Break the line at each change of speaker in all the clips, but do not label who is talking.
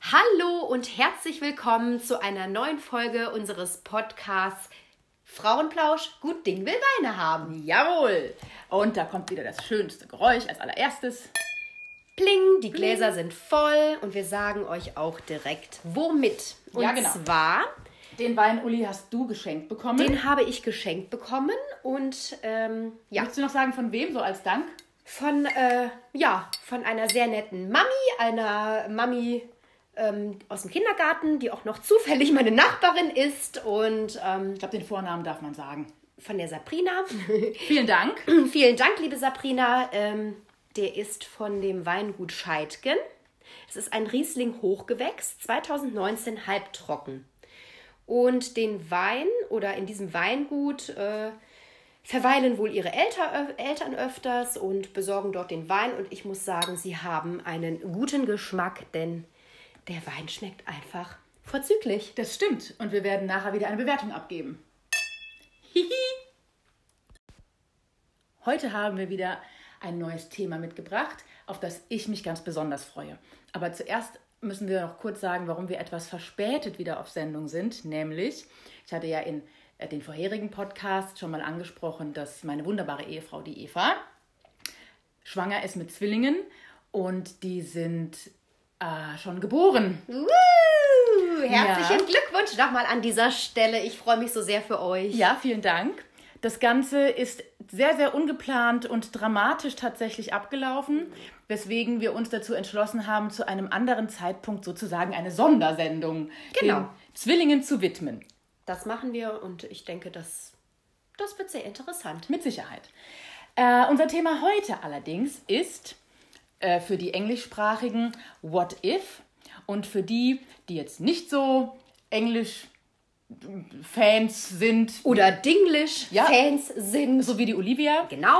Hallo und herzlich willkommen zu einer neuen Folge unseres Podcasts Frauenplausch, gut Ding will Weine haben.
Jawohl! Und da kommt wieder das schönste Geräusch als allererstes.
Pling, die Gläser sind voll und wir sagen euch auch direkt, womit. Und
Ja, genau. Hm?
zwar,
Den Wein, Uli, hast du geschenkt bekommen.
den habe ich geschenkt bekommen und ähm, ja,
Willst du noch sagen, von wem so als Dank?
von, äh, ja, von einer sehr netten Mami, einer Mami ähm, aus dem Kindergarten, die auch noch zufällig meine Nachbarin ist und ähm,
Ich glaube, den Vornamen darf man sagen.
von der Sabrina.
Vielen Dank.
Vielen Dank, liebe Sabrina. Ähm, der ist von dem Weingut Scheidgen. Es ist ein Riesling Hochgewächs, 2019 halbtrocken. Und den Wein oder in diesem Weingut äh, verweilen wohl ihre Elter, äh, Eltern öfters und besorgen dort den Wein. Und ich muss sagen, sie haben einen guten Geschmack, denn der Wein schmeckt einfach vorzüglich.
Das stimmt. Und wir werden nachher wieder eine Bewertung abgeben. Hihi. Heute haben wir wieder ein neues Thema mitgebracht, auf das ich mich ganz besonders freue. Aber zuerst müssen wir noch kurz sagen, warum wir etwas verspätet wieder auf Sendung sind. Nämlich, ich hatte ja in äh, den vorherigen Podcast schon mal angesprochen, dass meine wunderbare Ehefrau, die Eva, schwanger ist mit Zwillingen und die sind äh, schon geboren.
Woo! Herzlichen
Ja.
Glückwunsch nochmal an dieser Stelle. Ich freue mich so sehr für euch.
Ja, vielen Dank. Das Ganze ist sehr, sehr ungeplant und dramatisch tatsächlich abgelaufen, weswegen wir uns dazu entschlossen haben, zu einem anderen Zeitpunkt sozusagen eine Sondersendung
Genau.
den Zwillingen zu widmen.
Das machen wir und ich denke, das, das wird sehr interessant.
Mit Sicherheit. Äh, unser Thema heute allerdings ist äh, für die Englischsprachigen What If und für die, die jetzt nicht so Englisch-Fans sind,
Oder Dinglish,
Ja.
Fans sind.
so wie die Olivia,
Genau,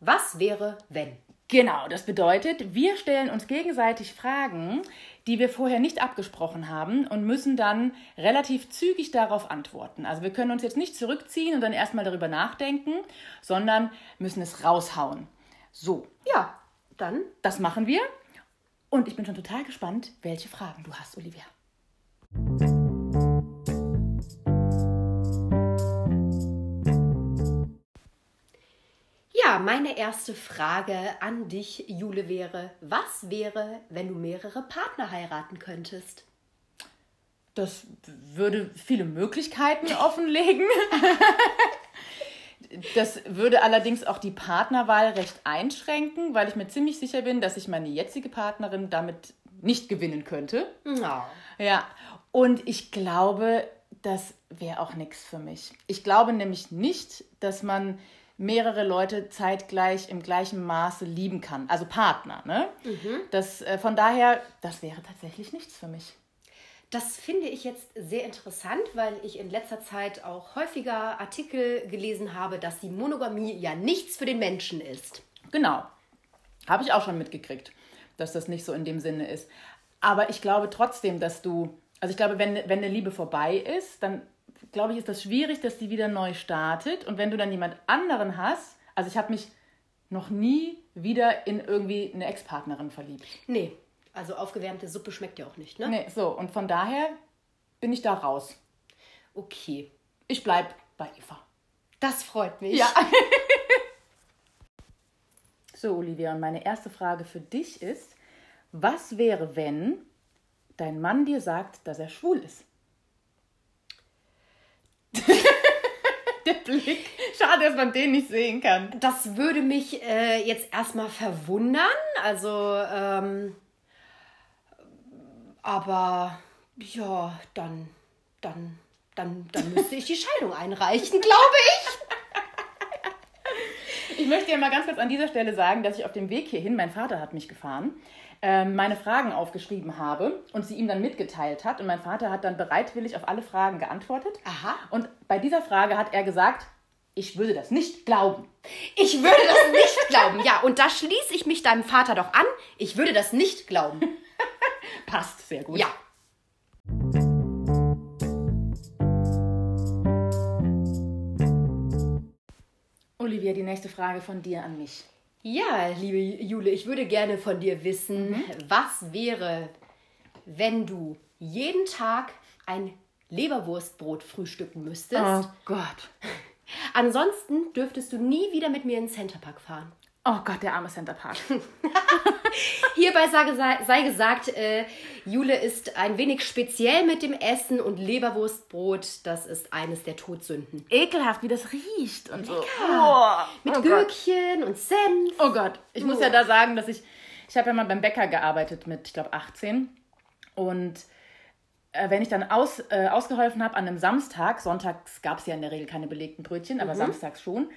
was wäre, wenn?
Genau, das bedeutet, wir stellen uns gegenseitig Fragen, die wir vorher nicht abgesprochen haben und müssen dann relativ zügig darauf antworten. Also wir können uns jetzt nicht zurückziehen und dann erstmal darüber nachdenken, sondern müssen es raushauen. So,
Ja, dann
das machen wir. Und ich bin schon total gespannt, welche Fragen du hast, Olivia.
Ja, meine erste Frage an dich, Jule, wäre, was wäre, wenn du mehrere Partner heiraten könntest?
Das würde viele Möglichkeiten offenlegen. Das würde allerdings auch die Partnerwahl recht einschränken, weil ich mir ziemlich sicher bin, dass ich meine jetzige Partnerin damit nicht gewinnen könnte.
No.
Ja, und ich glaube, das wäre auch nichts für mich. Ich glaube nämlich nicht, dass man mehrere Leute zeitgleich im gleichen Maße lieben kann, also Partner. Ne? Das, äh, von daher, das wäre tatsächlich nichts für mich.
Das finde ich jetzt sehr interessant, weil ich in letzter Zeit auch häufiger Artikel gelesen habe, dass die Monogamie ja nichts für den Menschen ist.
Genau. Habe ich auch schon mitgekriegt, dass das nicht so in dem Sinne ist. Aber ich glaube trotzdem, dass du, also ich glaube, wenn, wenn eine Liebe vorbei ist, dann glaube ich, ist das schwierig, dass die wieder neu startet. Und wenn du dann jemand anderen hast, also ich habe mich noch nie wieder in irgendwie eine Ex-Partnerin verliebt.
Nee, also aufgewärmte Suppe schmeckt ja auch nicht, ne?
Nee, so, und von daher bin ich da raus.
Okay.
Ich bleib bei Eva.
Das freut mich.
Ja. So, Olivia, und meine erste Frage für dich ist, was wäre, wenn dein Mann dir sagt, dass er schwul ist? Der Blick. Schade, dass man den nicht sehen kann.
Das würde mich äh, jetzt erstmal verwundern. Also, ähm, aber ja, dann, dann, dann, dann müsste ich die Scheidung einreichen, glaube ich.
Ich möchte dir mal ganz kurz an dieser Stelle sagen, dass ich auf dem Weg hierhin, mein Vater hat mich gefahren, ähm, meine Fragen aufgeschrieben habe und sie ihm dann mitgeteilt hat. Und mein Vater hat dann bereitwillig auf alle Fragen geantwortet.
Aha.
Und bei dieser Frage hat er gesagt, ich würde das nicht glauben.
Ich würde das nicht glauben. Ja, und da schließe ich mich deinem Vater doch an. Ich würde das nicht glauben.
Passt sehr gut.
Ja.
Olivia, die nächste Frage von dir an mich.
Ja, liebe Jule, ich würde gerne von dir wissen,
Mhm.
was wäre, wenn du jeden Tag ein Leberwurstbrot frühstücken müsstest?
Oh. Gott.
Ansonsten dürftest du nie wieder mit mir in den Centerpark fahren.
Oh Gott, der arme Center Park.
Hierbei sage, sei, sei gesagt, äh, Jule ist ein wenig speziell mit dem Essen und Leberwurstbrot, das ist eines der Todsünden.
Ekelhaft, wie das riecht und so. Oh,
Mit
oh Gott.
Gürkchen und Senf.
Oh Gott, ich muss ja da sagen, dass ich, ich habe ja mal beim Bäcker gearbeitet mit, ich glaube, 18. Und äh, wenn ich dann aus, äh, ausgeholfen habe an einem Samstag, sonntags gab es ja in der Regel keine belegten Brötchen, aber samstags schon.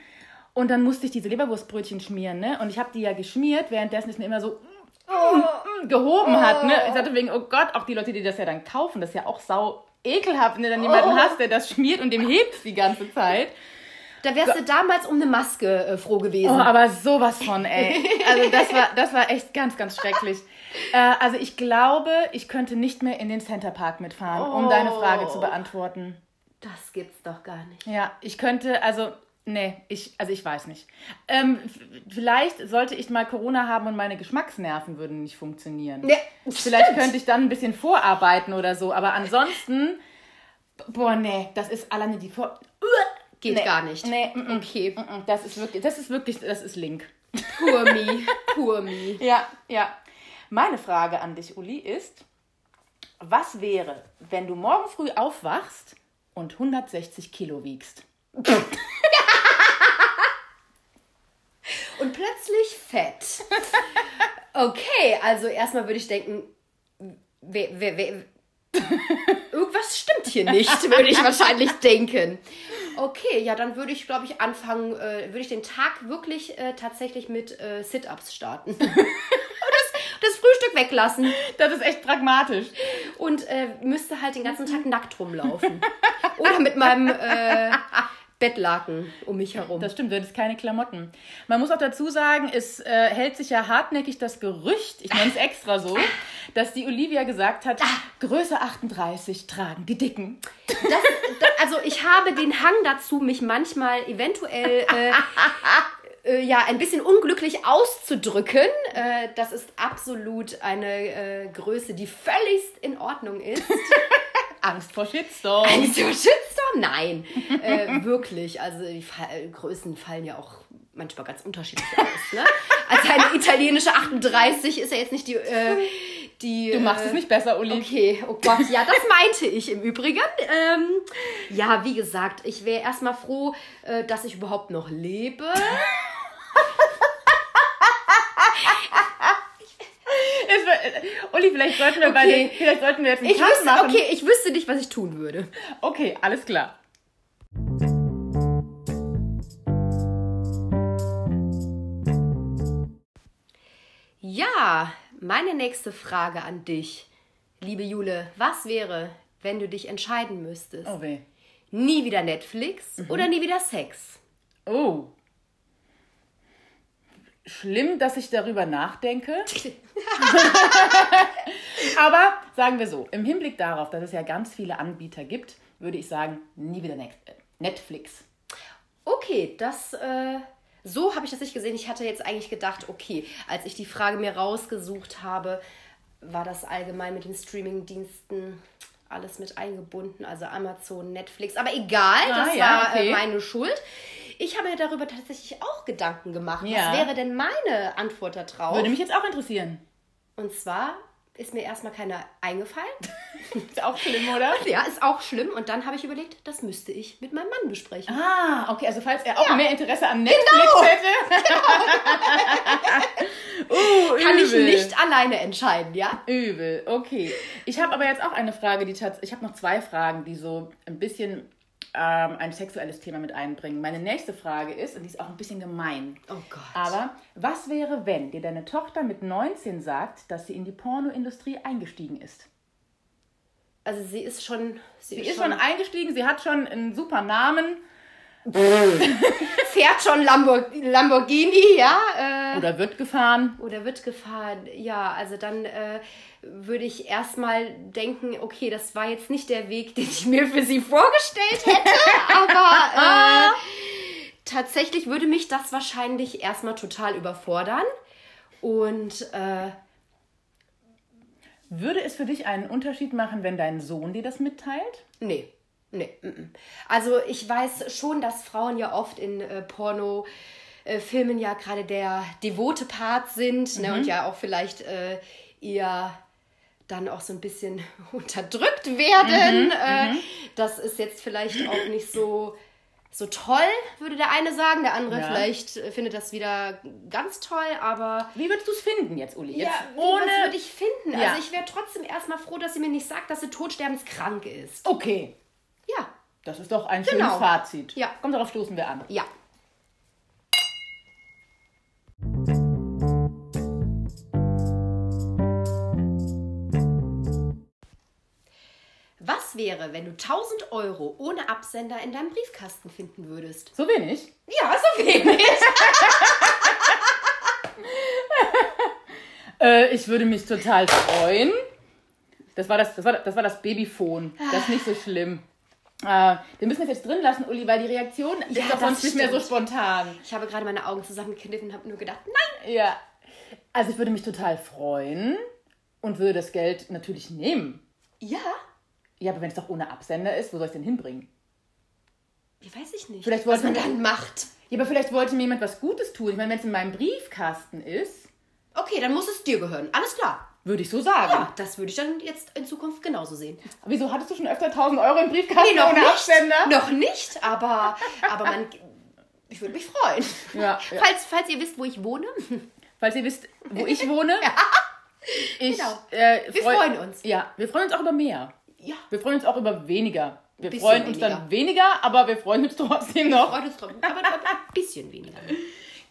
Und dann musste ich diese Leberwurstbrötchen schmieren, ne? Und ich habe die ja geschmiert, währenddessen ist mir immer so mm, mm, gehoben hat, ne? Ich dachte wegen, oh Gott, auch die Leute, die das ja dann kaufen, das ist ja auch sau ekelhaft, wenn du dann jemanden hast, der das schmiert und dem hebt die ganze Zeit.
Da wärst du damals um eine Maske äh, froh gewesen.
Oh, aber sowas von, ey. Also das war, das war echt ganz, ganz schrecklich. Äh, also ich glaube, ich könnte nicht mehr in den Center Park mitfahren,
Oh.
um deine Frage zu beantworten.
das gibt's doch gar nicht.
Ja, ich könnte, also, nee, ich, also ich weiß nicht. Ähm, f- vielleicht sollte ich mal Corona haben und meine Geschmacksnerven würden nicht funktionieren.
Ja,
Vielleicht
stimmt.
könnte ich dann ein bisschen vorarbeiten oder so, aber ansonsten, boah, nee, das ist alleine die Vor...
Geht
Nee,
gar nicht.
Nee, mm, mm,
Okay.
mm, mm, das ist wirklich, das ist wirklich, das ist Link.
Poor me. Poor me.
Ja, ja. Meine Frage an dich, Uli, ist, was wäre, wenn du morgen früh aufwachst und 160 Kilo wiegst?
Und plötzlich fett. Okay, also erstmal würde ich denken, wer, wer, wer, irgendwas stimmt hier nicht, würde ich wahrscheinlich denken. Okay, ja, dann würde ich, glaube ich, anfangen, äh, würde ich den Tag wirklich äh, tatsächlich mit äh, Sit-Ups starten. Und das, das Frühstück weglassen
Das ist echt pragmatisch.
und äh, müsste halt den ganzen Tag nackt rumlaufen. Oder mit meinem äh, Bettlaken um mich herum.
Das stimmt, du hättest keine Klamotten. Man muss auch dazu sagen, es äh, hält sich ja hartnäckig das Gerücht, ich nenne es extra so, dass die Olivia gesagt hat, Größe 38 tragen die Dicken.
Das, da, also ich habe den Hang dazu, mich manchmal eventuell äh, äh, ja ein bisschen unglücklich auszudrücken. Äh, das ist absolut eine äh, Größe, die völligst in Ordnung ist.
Angst vor Shitstorm.
Ist ja Shitstorm? Nein, äh, wirklich. Also die Fa äh, Größen fallen ja auch manchmal ganz unterschiedlich aus. Ne? Also eine italienische 38 ist ja jetzt nicht die. Äh, die
Du machst
äh,
es nicht besser, Uli.
Okay, oh Gott, ja, das meinte ich im Übrigen. Ähm, ja, wie gesagt, ich wäre erstmal froh, äh, dass ich überhaupt noch lebe.
Es war- äh, Uli, vielleicht sollten wir, bei
Okay.
den, vielleicht sollten wir jetzt einen
Ich
Cut
wüsste,
machen.
okay, ich wüsste nicht, was ich tun würde.
Okay, alles klar.
Ja, meine nächste Frage an dich, liebe Jule. Was wäre, wenn du dich entscheiden müsstest?
Oh Mhm. weh.
Nie wieder Netflix oder nie wieder Sex?
Oh. Schlimm, dass ich darüber nachdenke. Aber sagen wir so, im Hinblick darauf, dass es ja ganz viele Anbieter gibt, würde ich sagen, nie wieder Net- äh, Netflix.
Okay, das. Äh, so habe ich das nicht gesehen. Ich hatte jetzt eigentlich gedacht, okay, als ich die Frage mir rausgesucht habe, war das allgemein mit den Streaming-Diensten alles mit eingebunden, also Amazon, Netflix. Aber egal,
Ah,
das
ja,
war äh,
okay.
meine Schuld. Ich habe mir darüber tatsächlich auch Gedanken gemacht. Was
Ja.
wäre denn meine Antwort darauf?
Würde mich jetzt auch interessieren.
Und zwar ist mir erstmal keiner eingefallen.
Ist auch schlimm, oder?
ja, ist auch schlimm. Und dann habe ich überlegt, das müsste ich mit meinem Mann besprechen.
Ah, okay, also falls er auch mehr Interesse an Netflix genau. hätte. Genau. uh,
Kann ich
übel.
nicht alleine entscheiden, ja?
Übel, okay. Ich habe aber jetzt auch eine Frage, die tatsächlich. Ich habe noch zwei Fragen, die so ein bisschen ähm, ein sexuelles Thema mit einbringen. Meine nächste Frage ist, und die ist auch ein bisschen gemein.
Oh Gott.
Aber was wäre, wenn dir deine Tochter mit 19 sagt, dass sie in die Pornoindustrie eingestiegen ist?
Also sie ist schon,
Sie ist schon eingestiegen, sie hat schon einen super Namen
fährt schon Lambor Lamborghini, ja? Äh,
oder wird gefahren.
oder wird gefahren, ja. Also dann äh, würde ich erstmal denken, okay, das war jetzt nicht der Weg, den ich mir für sie vorgestellt hätte, aber äh, tatsächlich würde mich das wahrscheinlich erstmal total überfordern. Und äh,
Würde es für dich einen Unterschied machen, wenn dein Sohn dir das mitteilt?
nee. Nee. mhm. Also ich weiß schon, dass Frauen ja oft in äh, Porno. äh, Filmen ja gerade der devote Part sind ne, und ja auch vielleicht äh, eher dann auch so ein bisschen unterdrückt werden. äh, das ist jetzt vielleicht auch nicht so, so toll, würde der eine sagen. Der andere
Ja.
vielleicht äh, findet das wieder ganz toll, aber
Wie würdest du es finden jetzt, Uli? Jetzt
ja, was
ohne.
würde ich finden?
Ja.
Also ich wäre trotzdem erstmal froh, dass sie mir nicht sagt, dass sie todsterbenskrank ist.
okay,
Ja,
das ist doch ein schönes
Genau.
Fazit.
Ja.
Komm, darauf stoßen wir an.
ja. Was wäre, wenn du 1000 Euro ohne Absender in deinem Briefkasten finden würdest?
So wenig?
Ja, so wenig.
Äh, ich würde mich total freuen. Das war das, das, war, das war das Babyphone. Das ist nicht so schlimm. Äh, wir müssen das jetzt drin lassen, Uli, weil die Reaktion ist doch
das
sonst nicht mehr so
stimmt.
spontan.
Ich habe gerade meine Augen zusammengekniffen und habe nur gedacht, nein.
Ja. Also ich würde mich total freuen und würde das Geld natürlich nehmen.
Ja,
Ja, aber wenn es doch ohne Absender ist, wo soll ich es denn hinbringen?
wie weiß ich nicht.
Vielleicht
was
wollte-
man dann macht.
Ja, aber vielleicht wollte mir jemand was Gutes tun. Ich meine, wenn es in meinem Briefkasten ist,
Okay, dann muss es dir gehören. Alles klar.
würde ich so sagen.
Ja, das würde ich dann jetzt in Zukunft genauso sehen.
Wieso hattest du schon öfter 1000 Euro im Briefkasten
Nee, noch
ohne
nicht.
Absender?
Noch nicht, aber, aber man. Ich würde mich freuen.
Ja, ja.
Falls, falls ihr wisst, wo ich wohne.
Falls ihr wisst, wo ich wohne. ich,
Genau.
äh,
Wir
freu-
freuen uns.
Ja, wir freuen uns auch über mehr.
Ja.
Wir freuen uns auch über weniger. Wir
Bisschen
freuen uns dann weniger, aber wir freuen uns trotzdem noch.
Freut uns drauf. Aber aber ein bisschen weniger.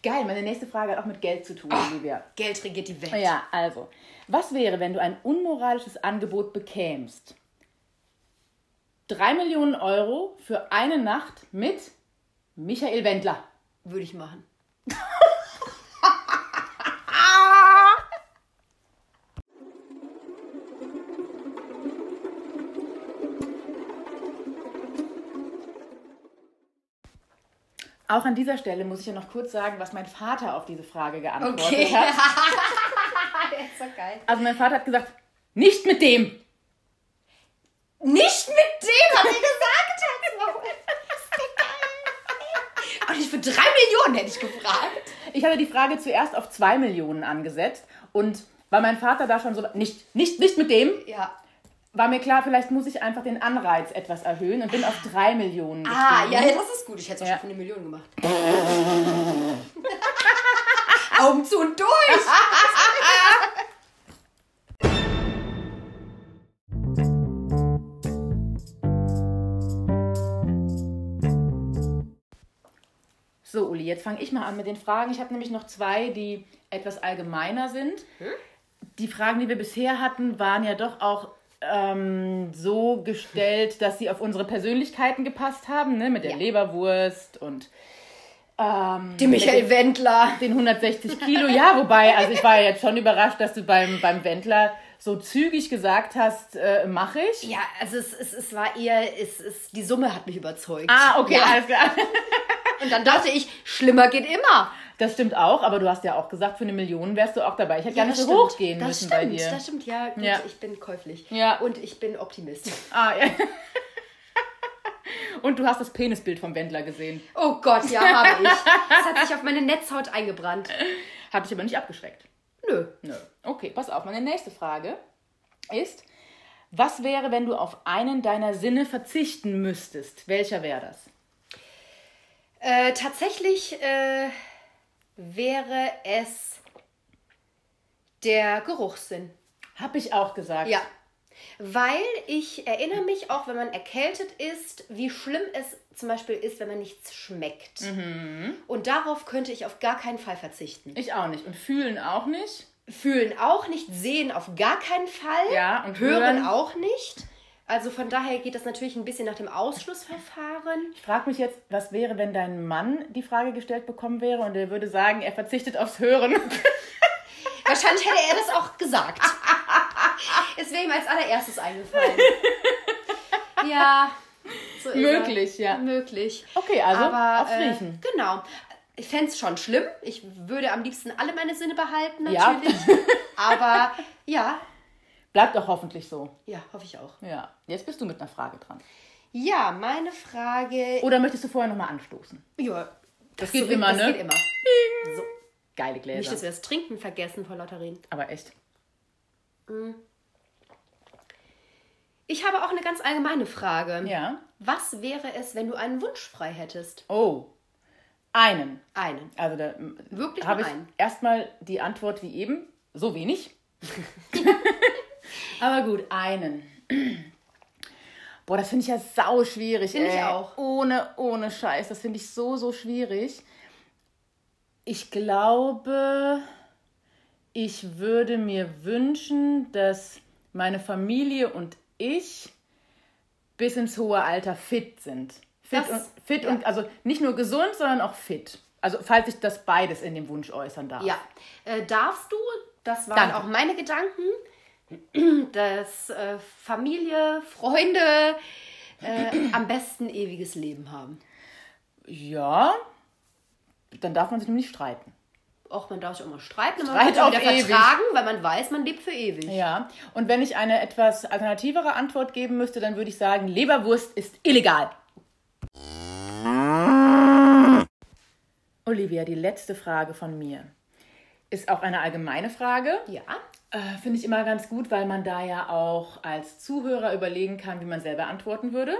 Geil, meine nächste Frage hat auch mit Geld zu tun, Olivia.
Geld regiert die Welt.
Ah. Ja, also. Was wäre, wenn du ein unmoralisches Angebot bekämst? Drei Millionen Euro für eine Nacht mit Michael Wendler.
Würde ich machen.
Auch an dieser Stelle muss ich ja noch kurz sagen, was mein Vater auf diese Frage geantwortet
Okay.
hat.
ist doch geil.
Also mein Vater hat gesagt, nicht mit dem.
Nicht mit dem, was ihr gesagt habt. Ist doch geil. Und ich für drei Millionen hätte ich gefragt.
Ich hatte die Frage zuerst auf zwei Millionen angesetzt und weil mein Vater da schon so nicht nicht nicht mit dem
Ja.
war mir klar, vielleicht muss ich einfach den Anreiz etwas erhöhen und bin auf drei Millionen gestiegen.
Ah, ja, ja, das ist gut. Ich hätte es auch
Ja.
schon für eine Million gemacht. Augen zu und durch.
So Uli, jetzt fange ich mal an mit den Fragen. Ich habe nämlich noch zwei, die etwas allgemeiner sind.
Hm?
Die Fragen, die wir bisher hatten, waren ja doch auch ähm, so gestellt, dass sie auf unsere Persönlichkeiten gepasst haben, ne? mit der
Ja.
Leberwurst und ähm,
Die Michael Wendler.
den 160 Kilo. Ja, wobei, also ich war ja jetzt schon überrascht, dass du beim, beim Wendler so zügig gesagt hast, äh, mache ich.
Ja, also es, es, es war eher, es, es, die Summe hat mich überzeugt.
Ah, okay,
Ja.
alles klar.
Also, Und dann dachte ich, schlimmer geht immer.
Das stimmt auch, aber du hast ja auch gesagt, für eine Million wärst du auch dabei. Ich hätte gar nicht
das
so
stimmt.
hoch gehen
das
müssen
stimmt,
bei dir.
Das stimmt, ja. Gut,
Ja.
Ich bin käuflich.
Ja.
Und ich bin Optimist.
Ah, ja. Und du hast das Penisbild vom Wendler gesehen.
Oh Gott, ja, habe ich. Das hat sich auf meine Netzhaut eingebrannt.
Hat dich aber nicht abgeschreckt.
Nö.
Nö. Okay, pass auf. Meine nächste Frage ist, was wäre, wenn du auf einen deiner Sinne verzichten müsstest? Welcher wäre das?
Äh, tatsächlich äh, wäre es der Geruchssinn.
Hab ich auch gesagt.
Ja. Weil ich erinnere mich auch, wenn man erkältet ist, wie schlimm es zum Beispiel ist, wenn man nichts schmeckt. Und darauf könnte ich auf gar keinen Fall verzichten.
Ich auch nicht. Und fühlen auch nicht.
Fühlen auch nicht, sehen auf gar keinen Fall.
Ja, und
hören
hören.
auch nicht. Also von daher geht das natürlich ein bisschen nach dem Ausschlussverfahren.
Ich frage mich jetzt, was wäre, wenn dein Mann die Frage gestellt bekommen wäre und er würde sagen, er verzichtet aufs Hören.
Wahrscheinlich hätte er das auch gesagt. Es wäre ihm als allererstes eingefallen. Ja, so
Möglich, ja.
Möglich.
Okay, also
Aber,
auf Riechen.
Äh, genau. Ich fände es schon schlimm. Ich würde am liebsten alle meine Sinne behalten,
Ja.
natürlich. Aber ja,
Bleibt auch hoffentlich so.
ja, hoffe ich auch.
Ja. Jetzt bist du mit einer Frage dran.
Ja, meine Frage.
Oder möchtest du vorher nochmal anstoßen?
Ja, das,
geht immer,
das
ne?
geht immer. So.
Geile Gläser.
Nicht, dass wir das Trinken vergessen vor lauter Reden.
Aber echt.
Ich habe auch eine ganz allgemeine Frage.
Ja.
Was wäre es, wenn du einen Wunsch frei hättest?
Oh. Einen.
Einen.
Also da
Wirklich
habe
nur
ich
einen?
erstmal die Antwort wie eben, so wenig. Aber gut, einen. Boah, das finde ich ja sau schwierig.
Finde ich
ey.
auch.
Ohne, ohne Scheiß. Das finde ich so, so schwierig. Ich glaube, ich würde mir wünschen, dass meine Familie und ich bis ins hohe Alter fit sind. Fit,
Das-
und, fit und also nicht nur gesund, sondern auch fit. Also falls ich das beides in dem Wunsch äußern darf.
Ja. Äh, darfst du, das waren
Danke.
auch meine Gedanken, dass äh, Familie, Freunde äh, am besten ewiges Leben haben.
Ja, dann darf man sich nämlich nicht streiten.
Auch man darf sich auch mal streiten, aber man
Streit
kann
auf
sich wieder
ewig.
vertragen, weil man weiß, man lebt für ewig.
Ja, und wenn ich eine etwas alternativere Antwort geben müsste, dann würde ich sagen, Leberwurst ist illegal. Olivia, die letzte Frage von mir ist auch eine allgemeine Frage.
Ja.
Äh, Finde ich immer ganz gut, weil man da ja auch als Zuhörer überlegen kann, wie man selber antworten würde.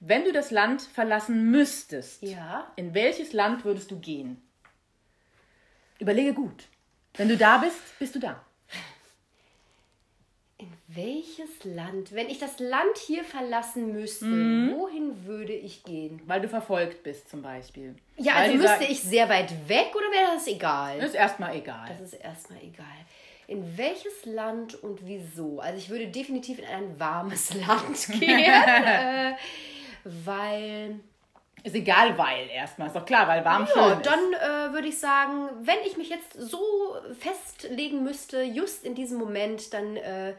Wenn du das Land verlassen müsstest,
Mhm. Ja.
in welches Land würdest du gehen? Überlege gut. Wenn du da bist, bist du da.
In welches Land? Wenn ich das Land hier verlassen müsste,
Mhm.
wohin würde ich gehen?
Weil du verfolgt bist zum Beispiel.
Ja,
Weil
also
die
müsste
sagen-
ich sehr weit weg oder wäre das egal?
Ist erstmal egal.
Das ist erstmal egal. In welches Land und wieso? Also ich würde definitiv in ein warmes Land gehen, äh, weil
Ist egal, weil erstmal. Ist doch klar, weil warm
ja,
schön ist.
dann äh, würde ich sagen, wenn ich mich jetzt so festlegen müsste, just in diesem Moment, dann äh,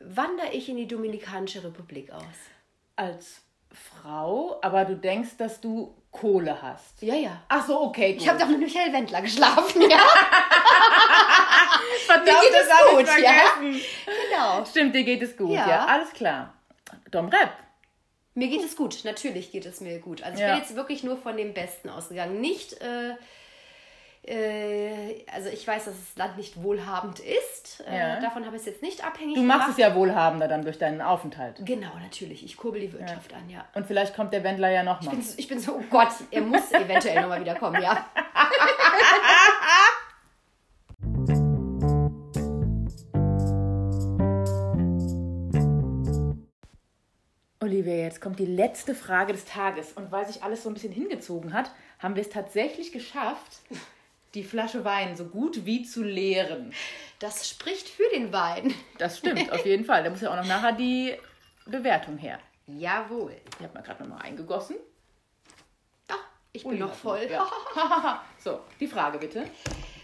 wandere ich in die Dominikanische Republik aus.
Als Frau, aber du denkst, dass du Kohle hast.
Ja, ja.
Ach so, okay. Gut.
Ich habe doch mit Michelle Wendler geschlafen, ja,
verdammt,
mir geht
das
es
hab ich
gut, ja.
vergessen.
genau.
Stimmt, dir geht es gut, ja.
Ja.
Alles klar. Dom Rep.
Mir geht es gut, natürlich geht es mir gut. Also ich
Hm. Ja.
bin jetzt wirklich nur von dem Besten ausgegangen. Nicht, äh, äh, also ich weiß, dass das Land nicht wohlhabend ist.
Ja.
Äh, davon habe ich es jetzt nicht abhängig
Du machst es ja wohlhabender dann durch deinen Aufenthalt.
Genau, natürlich. Ich kurbel die Wirtschaft an, ja.
Und vielleicht kommt der Wendler ja
Ich
nochmal.
bin, so- ich bin so, oh Gott, er muss eventuell nochmal wiederkommen, ja.
Olivia, jetzt kommt die letzte Frage des Tages. Und weil sich alles so ein bisschen hingezogen hat, haben wir es tatsächlich geschafft, die Flasche Wein so gut wie zu leeren.
Das spricht für den Wein.
Das stimmt, auf jeden Fall. Da muss ja auch noch nachher die Bewertung her.
Jawohl.
Ich habe mal gerade nochmal eingegossen.
Ah, ich bin noch voll.
also, Ja. So, die Frage bitte.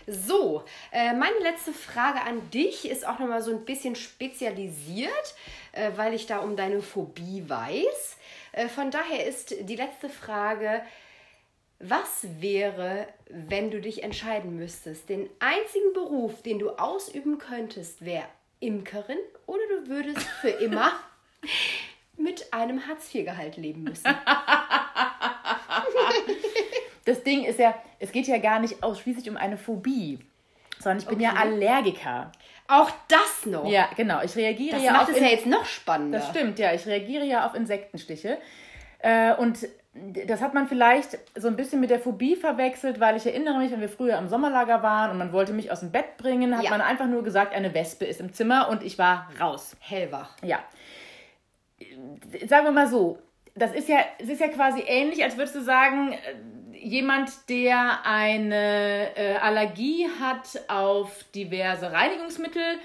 So, äh, meine letzte Frage an dich ist auch nochmal so ein bisschen spezialisiert, äh, weil ich da um deine Phobie weiß. Äh, von daher ist die letzte Frage, was wäre, wenn du dich entscheiden müsstest? Den einzigen Beruf, den du ausüben könntest, wäre Imkerin oder du würdest für immer mit einem Hartz-IV-Gehalt leben müssen.
Das Ding ist ja, es geht ja gar nicht ausschließlich um eine Phobie, sondern ich bin ja
Okay.
Allergiker.
Auch das noch.
Ja, genau. Ich reagiere
Das
ja
macht
auf
es ja jetzt noch spannender.
Das stimmt, ja. Ich reagiere ja auf Insektenstiche. Äh, und das hat man vielleicht so ein bisschen mit der Phobie verwechselt, weil ich erinnere mich, wenn wir früher im Sommerlager waren und man wollte mich aus dem Bett bringen, hat
Ja.
man einfach nur gesagt, eine Wespe ist im Zimmer und ich war raus.
Hellwach.
Ja. Sagen wir mal so, das ist ja, es ist ja quasi ähnlich, als würdest du sagen, äh, jemand, der eine äh, Allergie hat auf diverse Reinigungsmittel,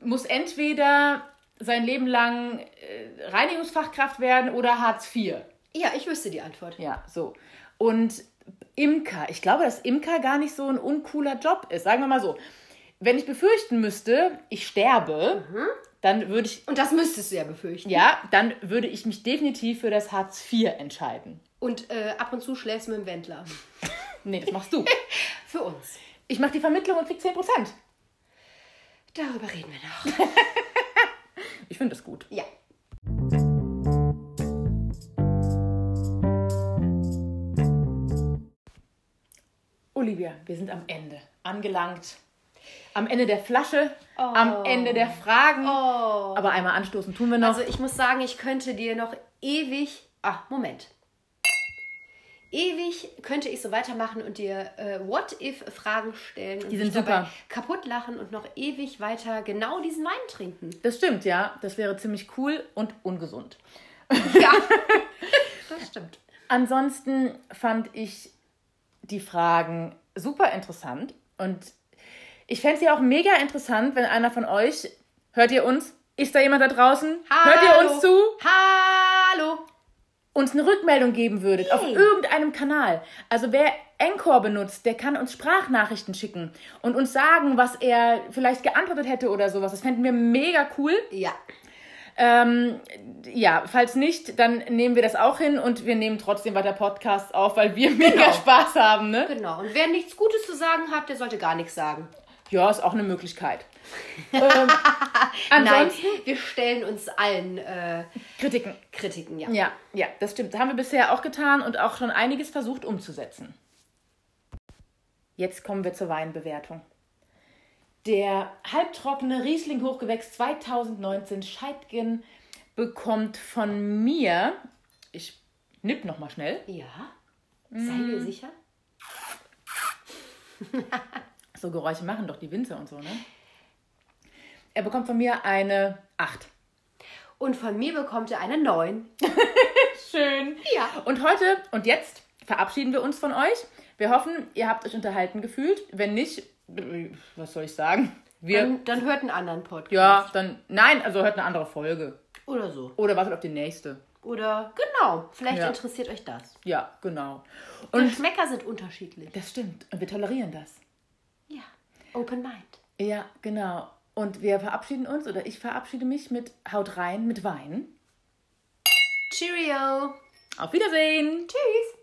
muss entweder sein Leben lang äh, Reinigungsfachkraft werden oder Hartz IV.
Ja, ich wüsste die Antwort.
Ja, so. Und Imker, ich glaube, dass Imker gar nicht so ein uncooler Job ist. Sagen wir mal so. Wenn ich befürchten müsste, ich sterbe, dann würde ich,
Und das müsstest du ja befürchten.
ja, dann würde ich mich definitiv für das Hartz IV entscheiden.
Und äh, ab und zu schläfst du mit dem Wendler.
Nee, das machst du.
Für uns.
Ich mache die Vermittlung und krieg 10 Prozent.
Darüber reden wir noch.
Ich finde das gut.
Ja.
Olivia, wir sind am Ende angelangt. Am Ende der Flasche,
Oh.
am Ende der Fragen.
Oh.
Aber einmal anstoßen tun wir noch.
Also ich muss sagen, ich könnte dir noch ewig. Ah, Moment. Ewig könnte ich so weitermachen und dir äh, What-If-Fragen stellen. Und
Die
mich
sind
dabei
super.
Kaputt lachen und noch ewig weiter genau diesen Wein trinken.
das stimmt, ja. Das wäre ziemlich cool und ungesund.
Ja. das stimmt.
Ansonsten fand ich die Fragen super interessant und ich fände sie auch mega interessant, wenn einer von euch, hört ihr uns? Ist da jemand da draußen? Hört ihr uns zu?
Hallo.
Uns eine Rückmeldung geben würdet auf irgendeinem Kanal. Also wer Encore benutzt, der kann uns Sprachnachrichten schicken und uns sagen, was er vielleicht geantwortet hätte oder sowas. Das fänden wir mega cool.
Ja.
Ähm, ja, falls nicht, dann nehmen wir das auch hin und wir nehmen trotzdem weiter Podcasts auf, weil wir mega Spaß haben, ne?
Genau. Und wer nichts Gutes zu sagen hat, der sollte gar nichts sagen.
Ja, ist auch eine Möglichkeit. ähm,
Nein,
ansonsten
wir stellen uns allen äh,
Kritiken.
Kritiken, ja.
Ja, ja, das stimmt. Das haben wir bisher auch getan und auch schon einiges versucht umzusetzen. Jetzt kommen wir zur Weinbewertung. Der halbtrockene Riesling Hochgewächs 2019 Scheitgen bekommt von mir, ich nipp noch mal schnell,
Ja. Sei dir sicher.
So Geräusche machen doch die Winzer und so, ne? Er bekommt von mir eine 8.
Und von mir bekommt er eine 9.
Schön.
Ja.
Und heute und jetzt verabschieden wir uns von euch. Wir hoffen, ihr habt euch unterhalten gefühlt. Wenn nicht, äh, was soll ich sagen? Wir.
Dann, dann hört einen anderen Podcast.
ja, dann. Nein, also hört eine andere Folge.
Oder so.
Oder wartet auf die nächste.
Oder genau, vielleicht
Ja.
interessiert euch das.
Ja, genau.
Und
Und
Geschmäcker sind unterschiedlich.
das stimmt. Und wir tolerieren das.
Ja. Open Mind.
Ja, genau. Und wir verabschieden uns oder ich verabschiede mich mit Haut rein mit Wein.
Cheerio.
Auf Wiedersehen.
Tschüss.